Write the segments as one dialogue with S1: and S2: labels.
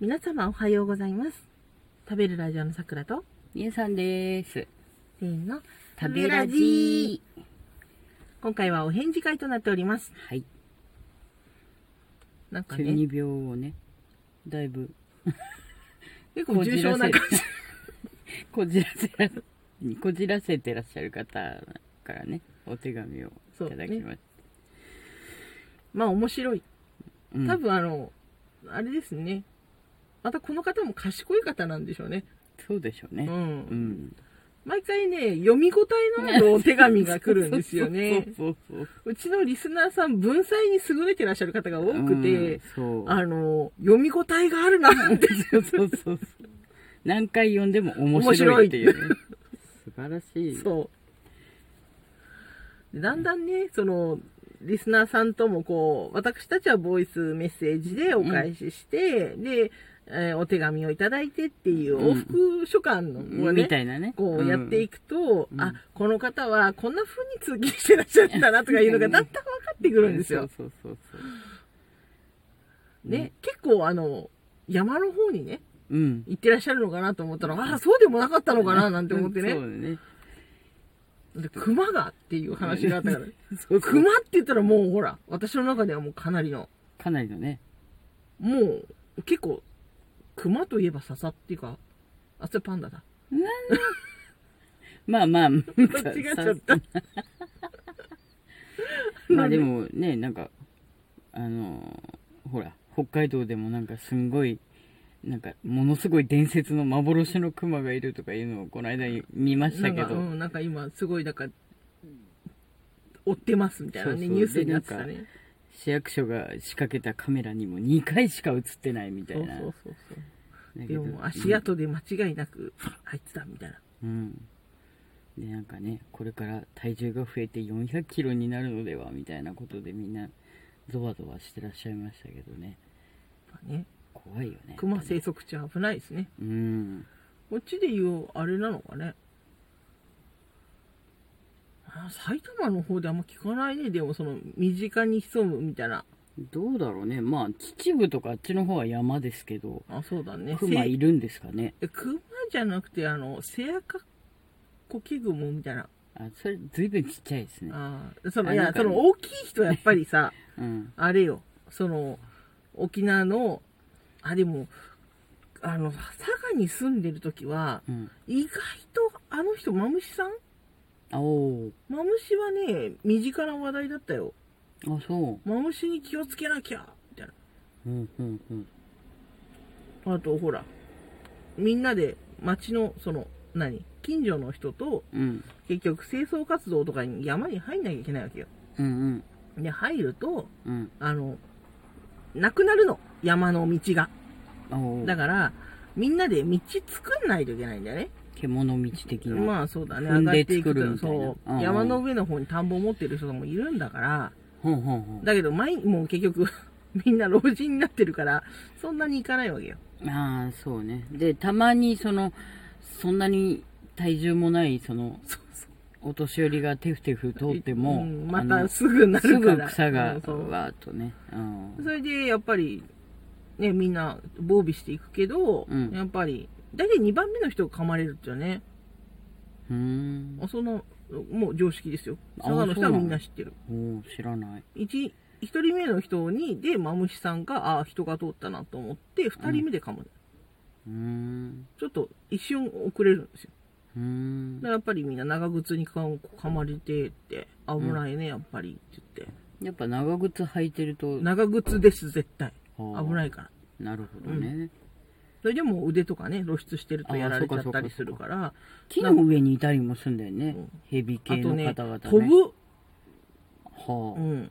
S1: 皆様おはようございます食べるラジオのさくらと
S2: みえさんです。
S1: せーの
S2: 食べラジー。
S1: 今回はお返事会となっております
S2: はい。
S1: なんか
S2: 中
S1: ね
S2: 二病をね、だいぶ
S1: 結構重症な感 じ
S2: こじらせら、こじらせてらっしゃる方からね、お手紙をいただきまし
S1: まあ面白い
S2: た。うん
S1: 多分あの、あれですねまたこの方も賢い方なんでしょうね
S2: そうでしょう
S1: う
S2: ね。うんん。
S1: 毎回ね読み応えのあるお手紙が来るんですよね
S2: そうそう
S1: うちのリスナーさん文才に優れてらっしゃる方が多
S2: そう。
S1: くて、
S2: うんそう。
S1: あの読み応えがあるなって
S2: そうそうそう。何回読んでも面白いっていうね。素晴らしい。
S1: そう。だんだんね、その、リスナーさんともこう、私たちはボイスメッセージでお返しして、で、えーお手紙をいただいてっていう往復書簡の、をね
S2: みたいなね。
S1: こうやっていく
S2: く。
S1: と、
S2: うん
S1: あ、この方はこんな風に通勤してらっしゃったなとかいうのがだんだん分かってくるんですよ。
S2: そうそうそうそう。
S1: ね、。結構あの、山の方にね、
S2: うん。
S1: 行ってらっしゃるのかなと思ったら、ああ、そうでもなかったのかななんて思って
S2: そう
S1: ね。
S2: だね。
S1: で熊がっていう話があったから、
S2: そうそう
S1: 熊って言ったらもうほら、私の中ではもうかなりの、
S2: かなりのね。
S1: もう結構、熊といえば笹っていうか、あ、それパンダだ。
S2: まあまあ、間違
S1: 間違っちゃった。
S2: まあでもね、なんか、あのーほら、北海道でもなんかすんごい、なんか、ものすごい伝説の幻の熊がいるとかいうのをこの間見まし
S1: な
S2: た
S1: ん
S2: け
S1: か、
S2: ど、
S1: うん、なんか今すごい、だから、追ってますみたいなね、
S2: そうそう
S1: ニュースになってたね。
S2: 市役所が仕掛けたカメラにも2回しか映ってないみた
S1: そ
S2: いう
S1: そ
S2: な。
S1: うそうそう。
S2: だけ
S1: で
S2: ど
S1: も、足跡で間違いなく、あいつだみたいな。
S2: うん。で、なんかね、これから体重が増えて400キロになるのではみたいなことでみんな、ゾワゾワしてらっしゃいましたけどね。
S1: まあね、
S2: 怖いよね。
S1: 熊
S2: せ
S1: 生息地は危ないですね。
S2: うん。
S1: こっちで言う、あれなのかね。あ埼玉の方であんま聞かないね。でも、その、身近に潜むみたいな。
S2: どうだろうね。まあ、秩父とかあっちの方は山ですけど、
S1: あ、そうだね。
S2: 熊
S1: せ
S2: いるんですかね。
S1: え熊じゃなくて、あの、セアカコケグモみたいな。
S2: あ、それ、ずいぶんちっちゃいですね。
S1: あーその、
S2: あ
S1: い
S2: な
S1: や、
S2: んか
S1: そ
S2: ね
S1: の、大きい人はやっぱりさ、
S2: うん。
S1: あれよ。その、沖縄の、あ、でも、あの、佐賀に住んでる時は、
S2: うん。
S1: 意外と、あの人、マムシさん
S2: あおー
S1: マムシはね、身近な話題だったよ。
S2: あ、そう。
S1: マムシに気をつけなきゃみたい
S2: うん、うん、うん。
S1: なあとほらみんなで町のその何近所の人と
S2: うん。
S1: 結局清掃活動とかに山に入んなきゃいけないわけよ
S2: うん、
S1: で入ると
S2: うん。うん。
S1: あのなくなるの山の道が
S2: あおー
S1: だからみんなで道作んないといけないんだよね
S2: 獣道的な。
S1: まあそうだね
S2: 踏んで
S1: いく
S2: 作るみたいな
S1: そう、
S2: うんうん
S1: 山の上の方に田んぼ持ってる人もいるんだから
S2: ほんほんほん。
S1: だけど毎もう結局 みんな老人になってるからそんなに行かないわけよ
S2: ああ、そうね。で、たまに、その、そんなに体重もない、その、
S1: そうそう
S2: お年寄りがテフテフ通って
S1: う
S2: も、
S1: んま
S2: あ
S1: た
S2: の
S1: すぐな
S2: す
S1: るか
S2: ぐ
S1: ら
S2: 草が、
S1: う
S2: わ
S1: んそう
S2: ーっとね。うん
S1: それでやっぱりねみんな防備していくけど、
S2: うん
S1: やっぱり大体2番目の人が噛まれるっていうね
S2: うーん。
S1: あそのもう常識ですよ
S2: あ
S1: 佐賀の人は
S2: そうな
S1: み
S2: の
S1: んな知ってる
S2: おー知らない。
S1: 1, 人目の人にでマムシさんがああ人が通ったなと思って2人目で噛む、
S2: うーん。
S1: ちょっと一瞬遅れるんですよ
S2: うーん
S1: だからやっぱりみんな長靴に噛噛まれてって危ないね、やっぱりって言って
S2: やっぱ長靴履いてると。
S1: 長靴です絶対危ないいから
S2: なるほどね。
S1: それでも腕とかね露出してるとやられちゃったりするから
S2: 木の上にいたりもすんだよね
S1: うん。
S2: ヘビ
S1: あ
S2: 系
S1: と
S2: の
S1: ね
S2: 方々ね。
S1: 飛ぶ、う
S2: は
S1: ん、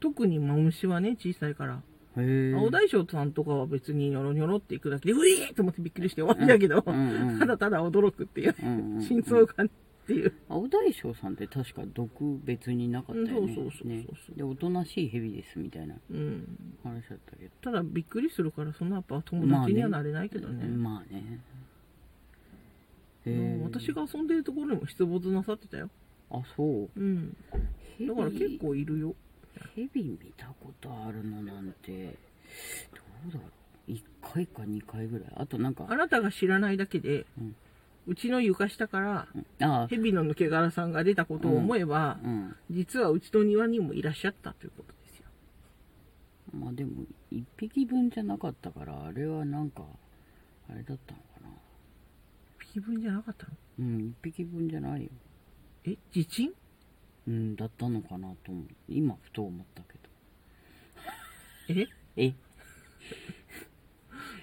S1: 特にマムシはね小さいから、
S2: あ。へえ。
S1: 青大将さんとかは別にニョロニョロっていくだけでうえーと思ってびっくりして終わりだけど、
S2: うんう ん
S1: ただただ驚くっていう
S2: うんうん うん
S1: 真相感っていう、
S2: 青大将さんって確か毒別になかったよね。
S1: うんそうそうそうそう
S2: ねで、おとなしいヘビですみたいな
S1: うん、
S2: 話だったけど。
S1: ただびっくりするからそんなやっぱ友達にはなれないけどね,、
S2: まあね。
S1: う
S2: へ
S1: ん
S2: え。
S1: 私が遊んでるところにも出没なさってたよ、
S2: あ、そう。
S1: うん、
S2: ヘビ
S1: だから結構いるよ
S2: ヘビ見たことあるのなんてどうだろう一回回か2回ぐらいあとなんか
S1: あなたが知らないだけで、
S2: うん
S1: うちの床下から
S2: ああ
S1: 蛇の抜け殻さんが出たことを思えば、
S2: うん
S1: 実はうちの庭にもいらっしゃったということですよ。
S2: まあでも1匹分じゃなかったからあれはなんかあれだったのかな
S1: 気分じゃなかったの
S2: うん1匹分じゃないよ
S1: え地震
S2: うんだったのかなと思う今ふと思ったけど
S1: え
S2: え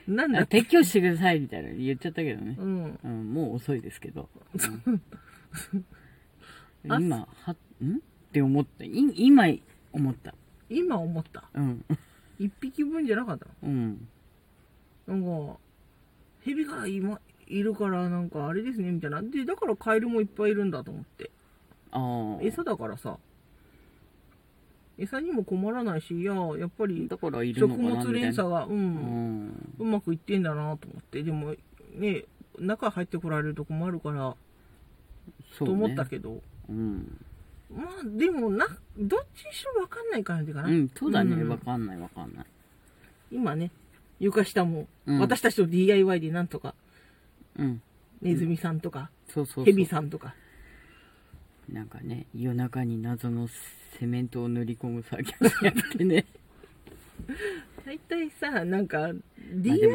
S1: なんだ
S2: あ
S1: っけ
S2: 撤去してくださいみたいなの言っちゃったけどね
S1: う、ん。
S2: うん、もう遅いですけど、 うん今はんって思ったい今思った
S1: 今思った。
S2: うん
S1: 一匹分じゃなかった
S2: うん
S1: のなんか、蛇が今、いるから、なんかあれですね、みたいな。で、だからカエルもいっぱいいるんだと思って。
S2: ああ
S1: 餌だからさ。餌にも困らないし、いや、やっぱり
S2: だからいる
S1: 食
S2: のかなみ
S1: 物
S2: た
S1: 連
S2: いな
S1: 鎖が、う、
S2: うんん
S1: うまくいってんだなと思って。でも、ね、中入ってこられると困るから、
S2: そ
S1: と
S2: う、ね、
S1: 思ったけど。
S2: うん、
S1: まあ、でもな、どっちにしろわかんない感じかな。
S2: うん、そうだね
S1: うん
S2: わかんないわかんない
S1: 今ね床下も、
S2: うん
S1: 私たちと DIY でなんとか
S2: うん
S1: ネズミさんとか、
S2: そうそうそう
S1: ヘビさんとか
S2: なんかね夜中に謎のセメントを塗り込む作業をやって ね
S1: 大体さなんか
S2: まあでも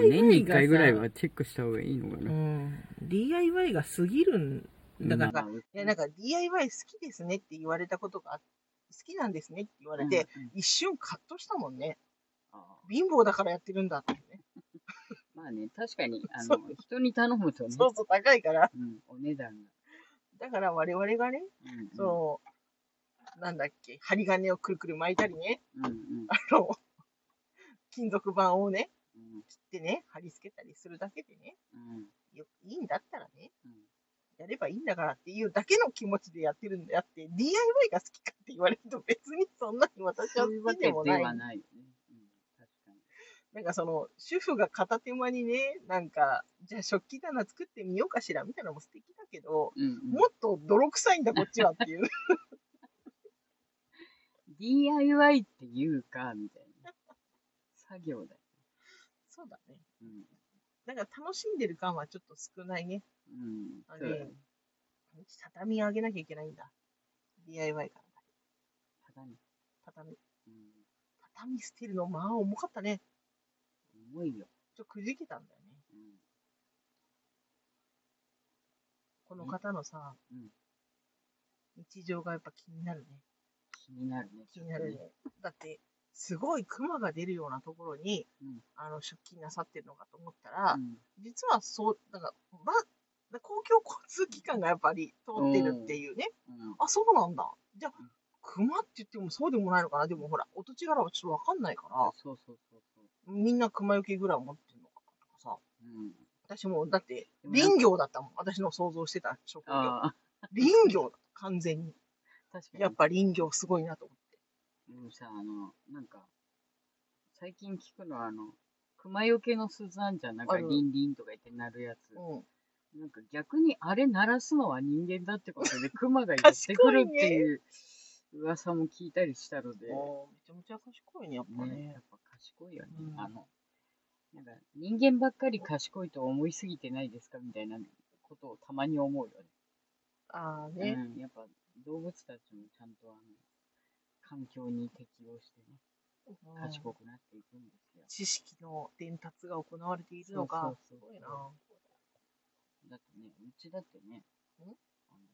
S2: 年
S1: DIY
S2: に1
S1: が
S2: 回ぐらい
S1: さ
S2: はチェックした方がいいのか
S1: う
S2: な、
S1: ん DIY が過ぎるんだからさ、
S2: うん
S1: いやなんか DIY 好きですねって言われたことがあ好きなんですねって言われて、
S2: うん
S1: 一瞬カッとしたもんね
S2: ああ
S1: 貧乏だからやってるんだってね
S2: まあね、確かに、あ
S1: そ
S2: の、人に頼むとね、
S1: そうそう高いから
S2: うん、お値段が。
S1: だから我々がね、
S2: うん、
S1: そのなんだっけ針金をくるくる巻いたりね
S2: うん。うん、
S1: あの金属板をね
S2: うん、
S1: 切ってね、貼り付けたりするだけでね、
S2: うん、
S1: よいいんだったらね、
S2: うん。
S1: やればいいんだからっていうだけの気持ちでやってるんであって、DIY が好きかって言われると別にそんなに私は
S2: そういう
S1: 好
S2: わ
S1: き
S2: けで
S1: でもない。
S2: はないよね。うん、確かに。
S1: なんかその、主婦が片手間にね、なんか、じゃあ食器棚作ってみようかしらみたいなのも素敵だけど、
S2: うん、うん
S1: もっと泥臭いんだこっちはっていう。
S2: DIY っていうか、みたいな。作業だよ。
S1: そうだね。
S2: うん。
S1: なんか楽しんでる感はちょっと少ないね。
S2: うん。
S1: あ
S2: そうだ
S1: ね
S2: ね。
S1: 畳上げなきゃいけないんだ。DIY から。
S2: 畳。
S1: 畳。
S2: うん。
S1: 畳捨てるの、まあ重かったね。
S2: 重いよ。
S1: ちょっとくじけたんだよね。
S2: うん。
S1: この方のさ、
S2: うん
S1: 日常がやっぱ気になるね。
S2: 気になるね。
S1: 気になるね。。だって、すごいクマが出るようなところに、
S2: うん
S1: あの出勤なさってるのかと思ったら、
S2: うん。
S1: 実はそう、なんか、ば、公共交通機関がやっぱり通ってるっていうね。
S2: うん。
S1: あ、そうなんだ。じゃあ
S2: うん、
S1: クマって言ってもそうでもないのかな。でもほら、お土地柄はちょっとわかんないから、
S2: そうそうそうそう。
S1: みんなクマよけぐらい持ってるのかなとかさ。
S2: うん。
S1: 私も、だって、
S2: でもなんか
S1: 林業だったもん。私の想像してた職業。
S2: ああ、
S1: 林業だ、完全に。
S2: 確かに。
S1: やっぱ林業すごいなと思って。
S2: でもさ、あの、なんか、最近聞くのは、あの、熊よけの鈴あんじゃん。なんか、
S1: ある
S2: リンリンとか言って鳴るやつ。
S1: うん。
S2: なんか逆にあれ鳴らすのは人間だってことで、熊がやってくるっていう噂も聞いたりしたので、ね
S1: おーめちゃめちゃ賢いね、やっぱね
S2: や。っぱ賢いよね。
S1: うん
S2: あの、なんか人間ばっかり賢いと思いすぎてないですかみたいなことをたまに思うよ
S1: ああ
S2: ね。
S1: ね、
S2: うん、やっぱ動物たちもちゃんとあの、環境に適応してね、
S1: うん
S2: 賢くなっていくんですよ。
S1: 知識の伝達が行われているのが、
S2: そう
S1: す
S2: そうそう
S1: ごいな。
S2: だってね、うちだってね、
S1: ん
S2: あの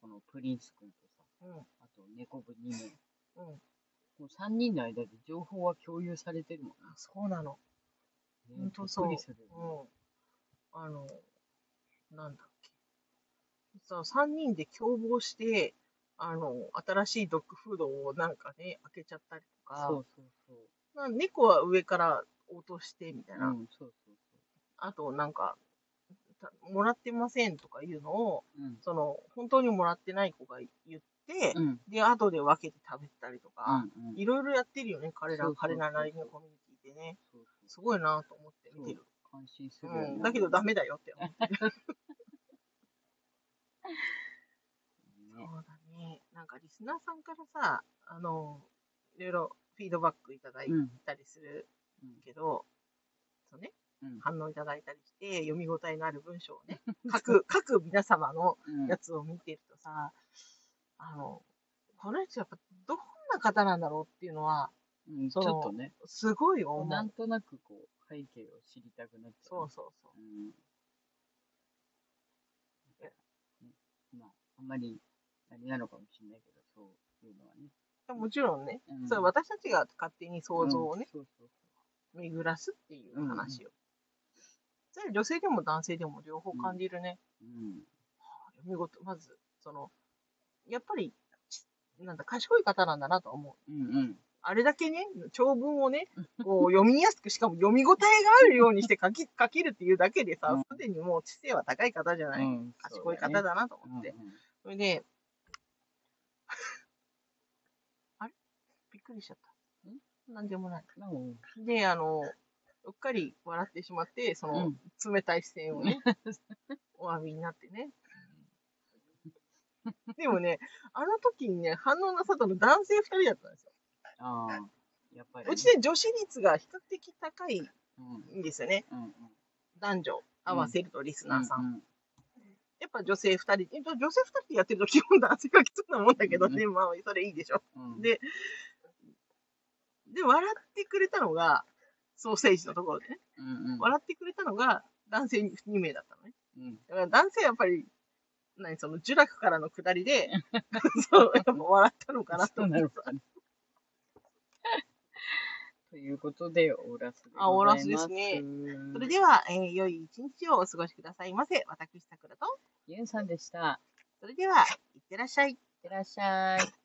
S2: このプリンス君とさ、
S1: うん。
S2: あと猫部2名、
S1: うん。
S2: もう3人の間で情報は共有されてるもん
S1: あそうなの。
S2: ね。
S1: ほんとそう
S2: びっくりするよ
S1: う
S2: ね
S1: ん。あの、なんだっけ。その3人で共謀して、あの、新しいドッグフードをなんかね、開けちゃったりと
S2: そ
S1: か、
S2: うそうそう。
S1: な猫は上から落としてみたいな。
S2: うん、そうそう
S1: あと、なんか、たもらってませんとかいうのを、
S2: そう。うん。
S1: その、本当にもらってない子が言って、
S2: うん。うん
S1: で、後で分けて食べたりとか、
S2: うん。
S1: いろいろやってるよね、彼ら
S2: そ
S1: は、
S2: うそうそ
S1: 彼
S2: う
S1: らなりのコミュニティでね。
S2: そうそ
S1: すごいなと思って見てる。
S2: う。感心す
S1: う
S2: るよね
S1: ん。だけどダ。メだよって思ってる。
S2: ね
S1: そうだね。なんかリスナーさんからさ、あの、いろいろフィードバックいただい
S2: うん。
S1: たりする
S2: うん
S1: けど、とね、
S2: うん
S1: 反応いただいたりして、読み応えのある文章を ね、書く、書く皆様の
S2: うん
S1: やつを見てるとさ、あの、この人やっぱどんな方なんだろうっていうのは、
S2: うんち
S1: その
S2: ょっとね、
S1: すごい思う。
S2: なんとなくこう、背景を知りたくなっちゃ
S1: そうう。そうそう。
S2: うんなんかねまあ、あんまり、あれなのかもしれないけど、そういうのはね。
S1: もちろんね、
S2: うん
S1: それ私たちが勝手に想像をね、
S2: うんそうそう
S1: 巡らすっていう話を。それは女性でも男性でも両方感じるね。
S2: そう。うん。
S1: 読み事、まず、その、やっぱり、ちなんだ、賢い方なんだなとは思う。
S2: うんうん。
S1: あれだけね、長文をね、こう読みやすく、しかも読み応えがあるようにして書き、 書けるっていうだけで
S2: う
S1: さ
S2: ん、
S1: すでにもう知性は高い方じゃない。
S2: うん
S1: 賢い方
S2: だ
S1: だなと
S2: と
S1: 思って。それで、 あれびっくりしちゃった。なんでもない。
S2: うん
S1: で、あの、うっかり笑ってしまって、その、冷たい視線をね、お詫びになってね。でもね、あの時にね、反応なさったの男性二人だったんですよ。
S2: ああ、やっぱりね。
S1: うちで女子率が比較的高い
S2: うん、
S1: んですよね。
S2: うんうん。
S1: 男女合わせるとリスナーさん。
S2: うん
S1: やっぱ女性二人、えっと女性二人でやってると基本男性がきつなもんだけどね、まあそれいいでしょ。
S2: うん。
S1: で、で、笑ってくれたのが、ソーセージのところでね、
S2: うんうん、
S1: 笑ってくれたのが男性2名だったのね。
S2: うん。
S1: だから男性はやっぱり、何その呪落からの下り で、そう、やっぱ笑ったのかなと
S2: そう
S1: 思
S2: な
S1: っ
S2: る
S1: た
S2: かね。 ということで、オーラスでございます。
S1: あオーラスですね。それでは、えー良い一日をお過ごしくださいませ。私、さくらと。
S2: ユンさんでした。
S1: それでは、いってらっしゃい。
S2: いってらっしゃい。